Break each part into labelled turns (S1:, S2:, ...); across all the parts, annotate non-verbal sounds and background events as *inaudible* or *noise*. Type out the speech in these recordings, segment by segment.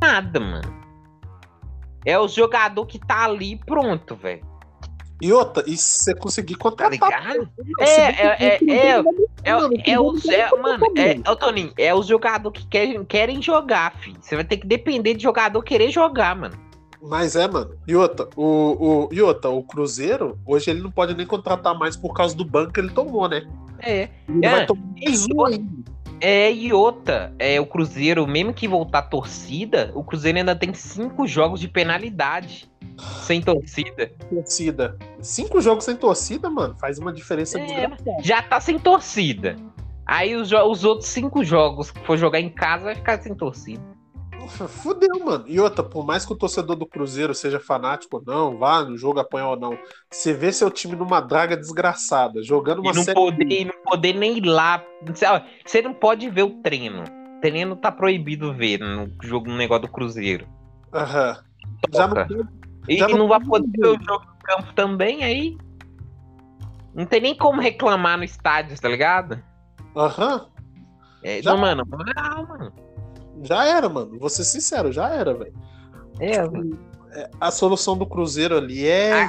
S1: nada, mano. É o jogador que tá ali e pronto, velho.
S2: E outra, e se você conseguir
S1: Tá
S2: contratar.
S1: ligado? É, é, é, é, É, o- é o Zé, mano, é, é o Toninho, é os jogadores que querem, querem jogar, fi. Você vai ter que depender de jogador querer jogar, mano.
S2: Mas é, mano. E outra, o, o, e outra, o Cruzeiro, hoje ele não pode nem contratar mais por causa do banco que ele tomou, né?
S1: É.
S2: Ele
S1: É.
S2: vai tomar mais um ainda.
S1: É, e outra, é, o Cruzeiro, mesmo que voltar torcida, o Cruzeiro ainda tem cinco jogos de penalidade sem torcida.
S2: torcida. Cinco jogos sem torcida, mano, faz uma diferença
S1: É,
S2: desgraçada.
S1: Já tá sem torcida. Aí os, jo- os outros cinco jogos que for jogar em casa vai ficar sem torcida.
S2: Ufa, Fudeu, mano. E outra, por mais que o torcedor do Cruzeiro seja fanático ou não, vá no jogo apanhar ou não, você vê seu time numa draga desgraçada, jogando uma
S1: e não
S2: série.
S1: poder, e não poder nem ir lá. Você- ó, Você não pode ver o treino. Treino tá proibido ver no jogo, no negócio do Cruzeiro.
S2: Aham. Já não
S1: Toca.
S2: tem-
S1: E
S2: Já
S1: não,
S2: não
S1: vai
S2: tem
S1: poder ver
S2: jogo.
S1: o jogo no campo também, aí. Não tem nem como reclamar no estádio, tá ligado?
S2: Aham.
S1: É,
S2: Já- né?
S1: não, mano, moral, mano.
S2: Já era, mano. Vou ser sincero, já era, velho.
S1: É, mano.
S2: A solução do Cruzeiro ali
S1: Ah,
S2: é.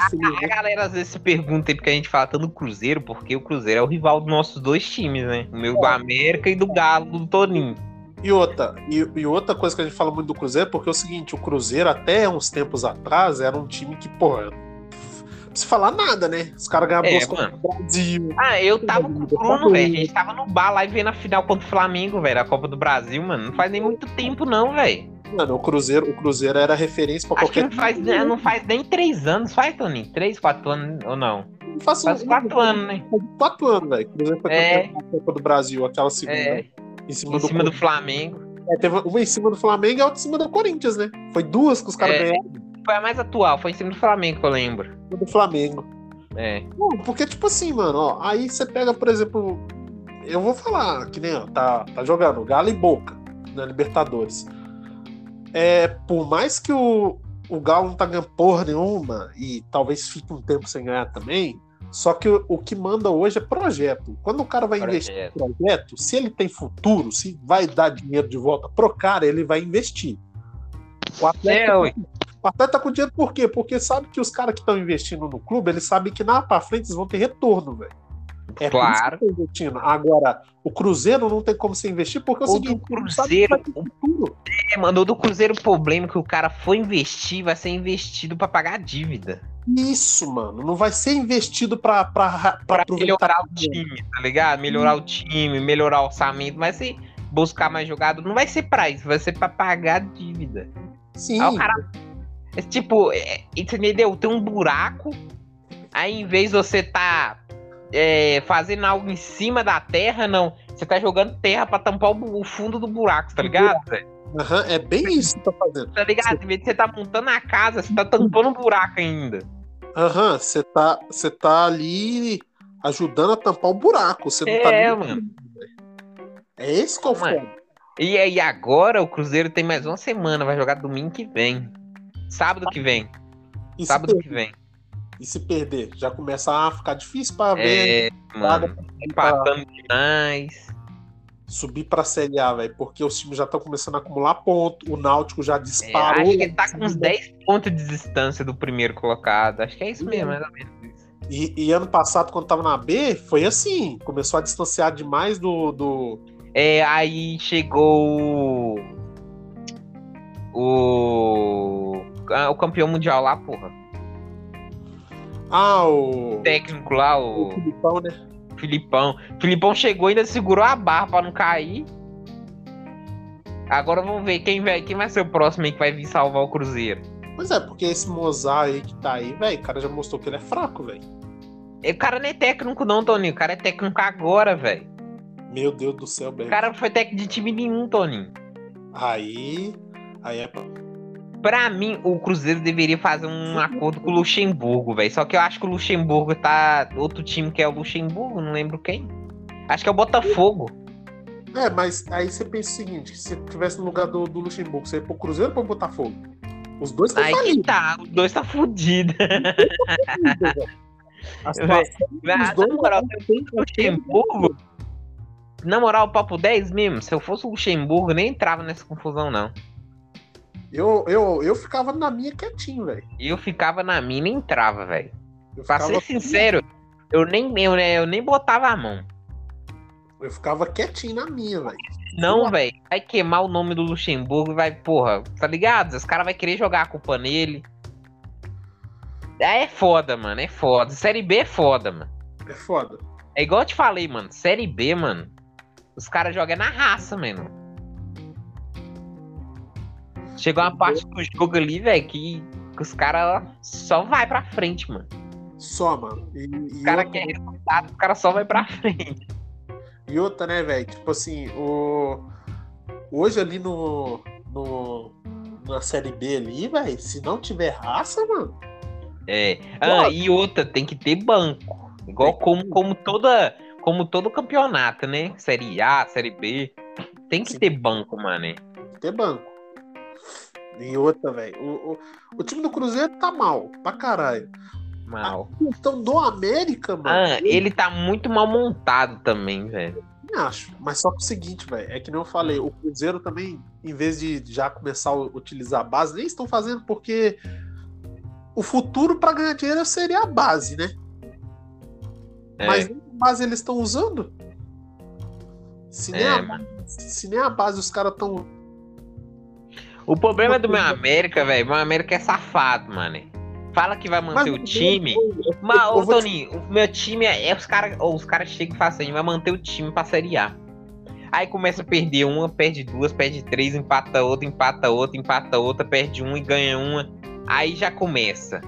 S1: a galera às vezes se pergunta aí porque a gente fala tanto do Cruzeiro, porque o Cruzeiro é o rival dos nossos dois times, né? O meu do
S2: É.
S1: América e do Galo, do Toninho.
S2: E outra, e, e outra coisa que a gente fala muito do Cruzeiro, é porque é o seguinte, o Cruzeiro até uns tempos atrás era um time que, porra, não precisa falar nada, né? Os caras ganhavam
S1: É,
S2: duas Copas
S1: mano.
S2: do Brasil.
S1: Ah, eu tava com o Bruno,
S2: Papo
S1: velho. A
S2: aí.
S1: gente tava no bar lá e vendo a final contra o Flamengo, velho. A Copa do Brasil, mano. Não faz nem muito tempo, não, velho.
S2: Mano, o Cruzeiro, o Cruzeiro era referência pra
S1: Acho que
S2: qualquer
S1: não faz, né, não faz nem três anos, faz, Toninho? Três, quatro anos ou não?
S2: time. Faz,
S1: Faz
S2: um-
S1: quatro anos, né?
S2: quatro anos, velho. O Cruzeiro foi
S1: É.
S2: campeão da Copa do Brasil, aquela segunda.
S1: É,
S2: Em cima,
S1: em
S2: do,
S1: cima do Flamengo.
S2: Corinthians. Teve uma em cima do Flamengo e a outra em cima do Corinthians, né? Foi duas que os caras
S1: É.
S2: ganharam
S1: Foi a mais atual, foi em cima do Flamengo que eu lembro.
S2: do Flamengo.
S1: É.
S2: Não, porque, tipo assim, mano, ó, aí você pega, por exemplo, eu vou falar, que nem ó, tá, tá jogando Galo e Boca na Libertadores. É, por mais que o, o Galo não tá ganhando porra nenhuma e talvez fique um tempo sem ganhar também, só que o, o que manda hoje é projeto. Quando o cara vai investir
S1: Projeto.
S2: no projeto, se ele tem futuro, se vai dar dinheiro de volta pro cara, ele vai investir. O atleta
S1: É, ué.
S2: o atleta tá com dinheiro por quê? Porque sabe que os caras que estão investindo no clube, eles sabem que lá pra frente eles vão ter retorno, velho. É por isso que
S1: Claro.
S2: estão investindo. Agora, o Cruzeiro não tem como você investir porque é o
S1: O do
S2: seguinte, não sabe se
S1: Cruzeiro,
S2: vai ter futuro.
S1: é, mano, o do Cruzeiro o problema é que o cara foi investir, vai ser investido pra pagar a dívida.
S2: Isso, mano. Não vai ser investido pra, pra, pra,
S1: Pra
S2: aproveitar.
S1: melhorar o time, tá ligado? Melhorar o time, melhorar o orçamento, vai ser buscar mais jogado. Não vai ser pra isso, vai ser pra pagar a dívida.
S2: Sim,
S1: Aí o cara. é tipo, é, entendeu? Tem um buraco. Aí em vez de você tá é, fazendo algo em cima da terra, não. Você tá jogando terra pra tampar o, bu- o fundo do buraco, tá ligado? velho?
S2: aham, é bem isso que tá fazendo.
S1: Tá ligado? Em vez de você tá montando a casa, você tá tampando o buraco ainda.
S2: Aham, você tá, você tá ali ajudando a tampar o buraco. Você não tá
S1: É,
S2: nem-
S1: mano.
S2: É esse qual foi.
S1: Mano. E aí agora o Cruzeiro tem mais uma semana, vai jogar domingo que vem. Sábado que vem.
S2: E se,
S1: Sábado
S2: per-
S1: que vem.
S2: e se perder? Já começa a ficar difícil pra ver. né?
S1: É, mano. Empatando demais.
S2: subir pra Série A, velho, porque os times já estão começando a acumular ponto, o Náutico já
S1: É,
S2: disparou.
S1: acho que ele tá com uns 10 pontos de distância do primeiro colocado. Acho que é isso mesmo, mais ou menos isso.
S2: e, e ano passado, quando tava na B, foi assim, começou a distanciar demais do... do...
S1: É, aí chegou o. O. ah, o campeão mundial lá, porra.
S2: Ah, o...
S1: O técnico lá,
S2: o
S1: o
S2: Filipão, né?
S1: Filipão. Filipão chegou e ainda segurou a barra pra não cair. Agora vamos ver quem vai, quem vai ser o próximo aí que vai vir salvar o Cruzeiro.
S2: Pois é, porque esse Mozart aí que tá aí, velho, o cara já mostrou que ele é fraco, velho.
S1: E O cara não é técnico, não, Toninho. O cara é técnico agora, velho.
S2: Meu Deus do céu,
S1: O
S2: velho.
S1: cara não foi técnico de time nenhum, Toninho.
S2: Aí... Aí é...
S1: Pra mim, o Cruzeiro deveria fazer um acordo com o Luxemburgo, velho. Só que eu acho que o Luxemburgo tá. Outro time que é o Luxemburgo, não lembro quem. Acho que é o Botafogo.
S2: É, mas aí você pensa o seguinte, se você tivesse no lugar do, do Luxemburgo, você ia pro Cruzeiro ou pro Botafogo? Os dois estão
S1: Aí que
S2: falidos,
S1: tá, os dois tá fudido.
S2: né,
S1: *laughs*
S2: velho. A
S1: Véi,
S2: situação
S1: Na
S2: dos dois
S1: moral,
S2: tá
S1: se eu fosse o Luxemburgo. Na moral, o papo 10 mesmo. Se eu fosse o Luxemburgo, nem entrava nessa confusão, não.
S2: Eu, eu, eu ficava na minha quietinho, velho.
S1: Eu ficava na mina e entrava, velho.
S2: Eu
S1: Pra
S2: ficava-
S1: ser sincero, eu nem, eu, né, eu nem botava a mão.
S2: Eu ficava quietinho na minha, velho.
S1: Não, velho. Vai queimar o nome do Luxemburgo, vai, porra, tá ligado? Os caras vão querer jogar a culpa nele. É foda, mano, é foda. Série B é foda, mano.
S2: É foda.
S1: É igual eu te falei, mano. Série B, mano. Os caras jogam é na raça, mano. Chegou uma parte do jogo ali, velho, que, que os caras só vai pra frente, mano.
S2: Só, mano. E, e
S1: Os caras
S2: outra-
S1: querem resultado, os caras só vai pra frente.
S2: E outra, né, velho? Tipo assim, o... hoje ali no, no. Na série B ali, velho, se não tiver raça, mano.
S1: É. Ah, e outra, tem que ter banco. Igual como, como toda. Como todo campeonato, né? Série A, Série B. Tem que
S2: Sim.
S1: ter banco, mano. hein?
S2: tem que ter banco. E outra, velho. O, o, o time do Cruzeiro tá mal, pra caralho.
S1: Mal.
S2: Então do América, mano.
S1: Ah, ele tá muito mal montado também, velho.
S2: Nem acho. Mas só que o seguinte, velho, é que nem eu falei, o Cruzeiro também, em vez de já começar a utilizar a base, nem estão fazendo porque o futuro para ganhar dinheiro seria a base, né?
S1: É.
S2: Mas nem a base eles estão usando. Se nem,
S1: É,
S2: a, se nem a base os caras estão.
S1: O problema do meu América, velho, meu América é safado, mano. Fala que vai manter o time. Mas, ô,
S2: eu vou te-
S1: Toninho, o meu time é. é os caras os cara chegam e falam assim: vai manter o time pra Série A. Aí começa a perder uma, perde duas, perde três, empata outra, empata outra, empata outra, perde uma e ganha uma. Aí já começa.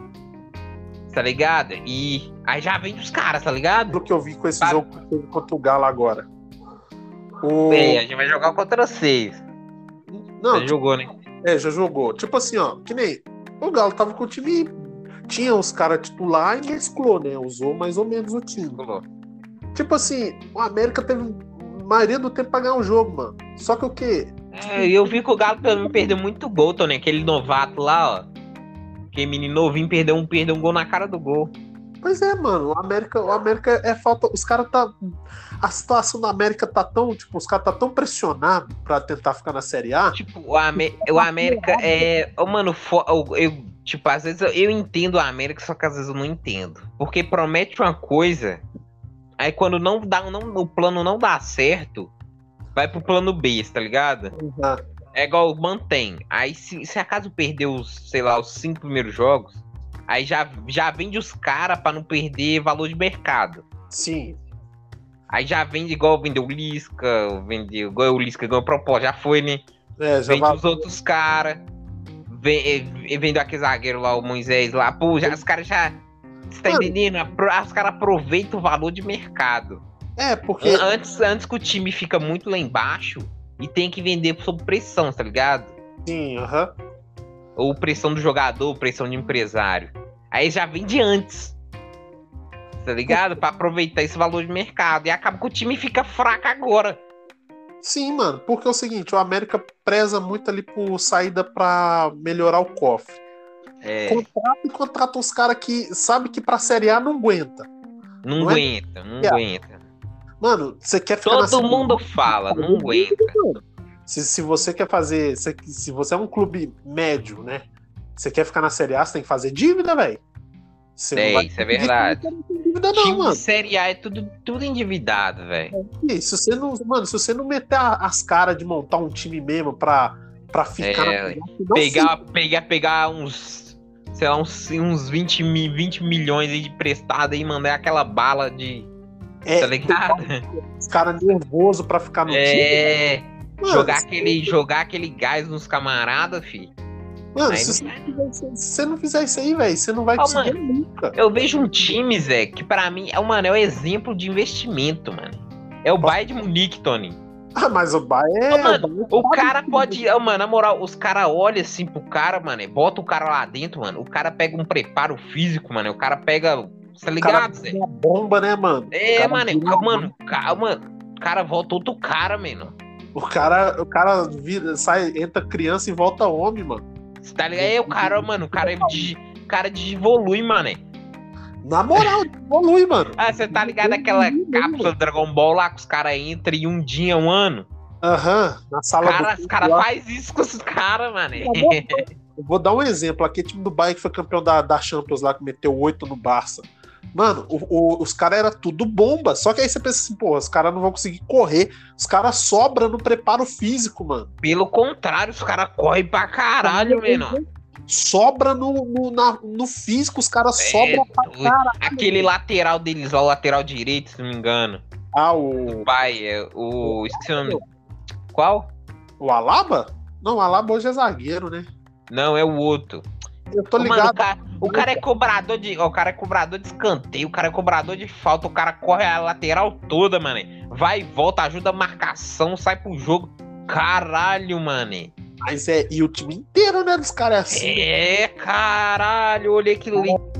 S1: Tá ligado? E aí já vem dos caras, tá ligado?
S2: Do que eu vi com esse
S1: Sabe?
S2: jogo que teve contra o Galo agora. O...
S1: É, a gente vai jogar contra vocês.
S2: Não,
S1: Você jogou, né?
S2: É, já jogou. Tipo assim, ó, que nem o Galo tava com o time. Tinha os caras titular e mesclou, né? Usou mais ou menos o time.
S1: Colou.
S2: Tipo assim, o América teve a maioria do tempo pra ganhar o jogo, mano. Só que o quê?
S1: É, eu vi que o Galo pelo menos perdeu muito gol, Tony. Aquele novato lá, ó. Aquele menino novinho perdeu um, perdeu um gol na cara do gol.
S2: Pois é, mano, o América, o América é falta. Os caras tá. A situação da América tá tão. Tipo, os caras tá tão pressionados pra tentar ficar na Série A.
S1: Tipo, o, Amé- o América é. ô, mano, fo- eu, eu- tipo, às vezes eu, eu entendo o América, só que às vezes eu não entendo. Porque promete uma coisa, aí quando não dá, não, o plano não dá certo, vai pro plano B, tá ligado?
S2: Ah,
S1: É igual mantém. Aí se, se acaso perder os, sei lá, os cinco primeiros jogos, aí já, já vende os caras pra não perder valor de mercado.
S2: sim.
S1: Aí já vende igual vendeu o Lisca, vendeu igual o Lisca ganhou propósito, já foi, né?
S2: É, já
S1: Vende
S2: vai.
S1: os outros caras. Vende aquele zagueiro lá, o Moisés lá. Pô, já, os caras já. Você tá
S2: Mano.
S1: entendendo? Apro- Os caras aproveitam o valor de mercado.
S2: É, porque.
S1: Antes, antes que o time fica muito lá embaixo e tem que vender sob pressão, tá ligado?
S2: Sim, aham.
S1: Ou pressão do jogador, ou pressão de empresário. Aí já vende antes. Tá ligado? Pra aproveitar esse valor de mercado. E acaba que o time fica fraco agora.
S2: Sim, mano, porque é o seguinte, o América preza muito ali por saída pra melhorar o cofre.
S1: É.
S2: Contrata e contrata uns caras que sabe que pra Série A não aguenta.
S1: Não,
S2: Não é?
S1: aguenta, não
S2: É.
S1: aguenta.
S2: Mano, você quer ficar na
S1: Todo
S2: Série
S1: mundo fala, não
S2: uhum.
S1: aguenta.
S2: Se, se você quer fazer. Se, se você é um clube médio, né? Você quer ficar na Série A, você tem que fazer dívida, velho. Você não
S1: É,
S2: vai-
S1: isso é verdade.
S2: Não tem dívida, *laughs* não,
S1: Time de
S2: mano.
S1: Série A é tudo, tudo endividado, velho.
S2: E se você não, mano, se você não meter a- as caras de montar um time mesmo pra, pra ficar
S1: É,
S2: na Série A, não
S1: Pegar, pegar, pegar uns, sei lá, uns, uns 20, mi- 20 milhões aí de prestado e mandar aquela bala de.
S2: fica.
S1: tá
S2: é, *laughs*
S1: ligado?
S2: os caras nervosos pra ficar no time. né?
S1: É.
S2: Mano,
S1: Jogar
S2: se-
S1: aquele, jogar aquele gás nos camaradas, filho.
S2: Mano,
S1: Aí
S2: se, você
S1: não-
S2: não fizer isso- se você não fizer isso aí, velho, você não vai
S1: Ó,
S2: conseguir nunca.
S1: Eu vejo um time, Zé, que pra mim é, mano, é um exemplo de investimento, mano. É o Bayern de Munique, Tony.
S2: Ah, mas o Bayern é.
S1: Ô, mano,
S2: Bayern
S1: O
S2: sabe
S1: cara
S2: tudo.
S1: pode. tá Ô, mano, na moral, os caras olham assim pro cara, mano, e bota o cara lá dentro, mano. O cara pega um preparo físico, mano. O cara pega. Tá
S2: O cara
S1: ligado, Zé?
S2: é uma bomba, né, mano?
S1: É,
S2: o cara
S1: mano,
S2: vira-
S1: é- mano, o cara, mano, o cara volta outro cara, mano.
S2: O cara, o cara vira, sai, entra criança e volta homem, mano.
S1: Você tá ligado? É, o cara, mano, o cara, de, o cara desevolui, mano.
S2: Na moral, evolui, mano.
S1: Ah, você tá ligado aquela
S2: Evolui,
S1: cápsula do Dragon Ball lá que os caras entram em um dia, um ano?
S2: Aham, na sala
S1: Cara,
S2: do
S1: os caras
S2: lá.
S1: fazem isso com os caras, mano. É,
S2: Tá bom? Eu vou dar um exemplo. Aquele time do Bahia que foi campeão da, da Champions lá, que meteu 8 no Barça. Mano, o- o- os caras eram tudo bomba. Só que aí você pensa assim, porra, os caras não vão conseguir correr. Os caras sobram no preparo físico, mano.
S1: Pelo contrário, os caras correm pra caralho, menor.
S2: Sobra no, no, na- no físico, os caras
S1: É,
S2: sobram pra
S1: doido. Aquele lateral deles lá, o lateral direito, se não me engano.
S2: cá. Ah, O,
S1: Pai, é o. Esqueci o nome. Qual?
S2: o Alaba? Não, o Alaba hoje é zagueiro, né?
S1: Não, é o outro.
S2: Eu tô
S1: Mano, o,
S2: ligado.
S1: cara, o cara é cobrador de. ó, O cara é cobrador de escanteio, o cara é cobrador de falta, o cara corre a lateral toda, mano. Vai e volta, ajuda a marcação, sai pro jogo. Caralho, mano.
S2: Mas é. E o time inteiro, né? Dos caras é assim.
S1: É, caralho, olha aquilo ali.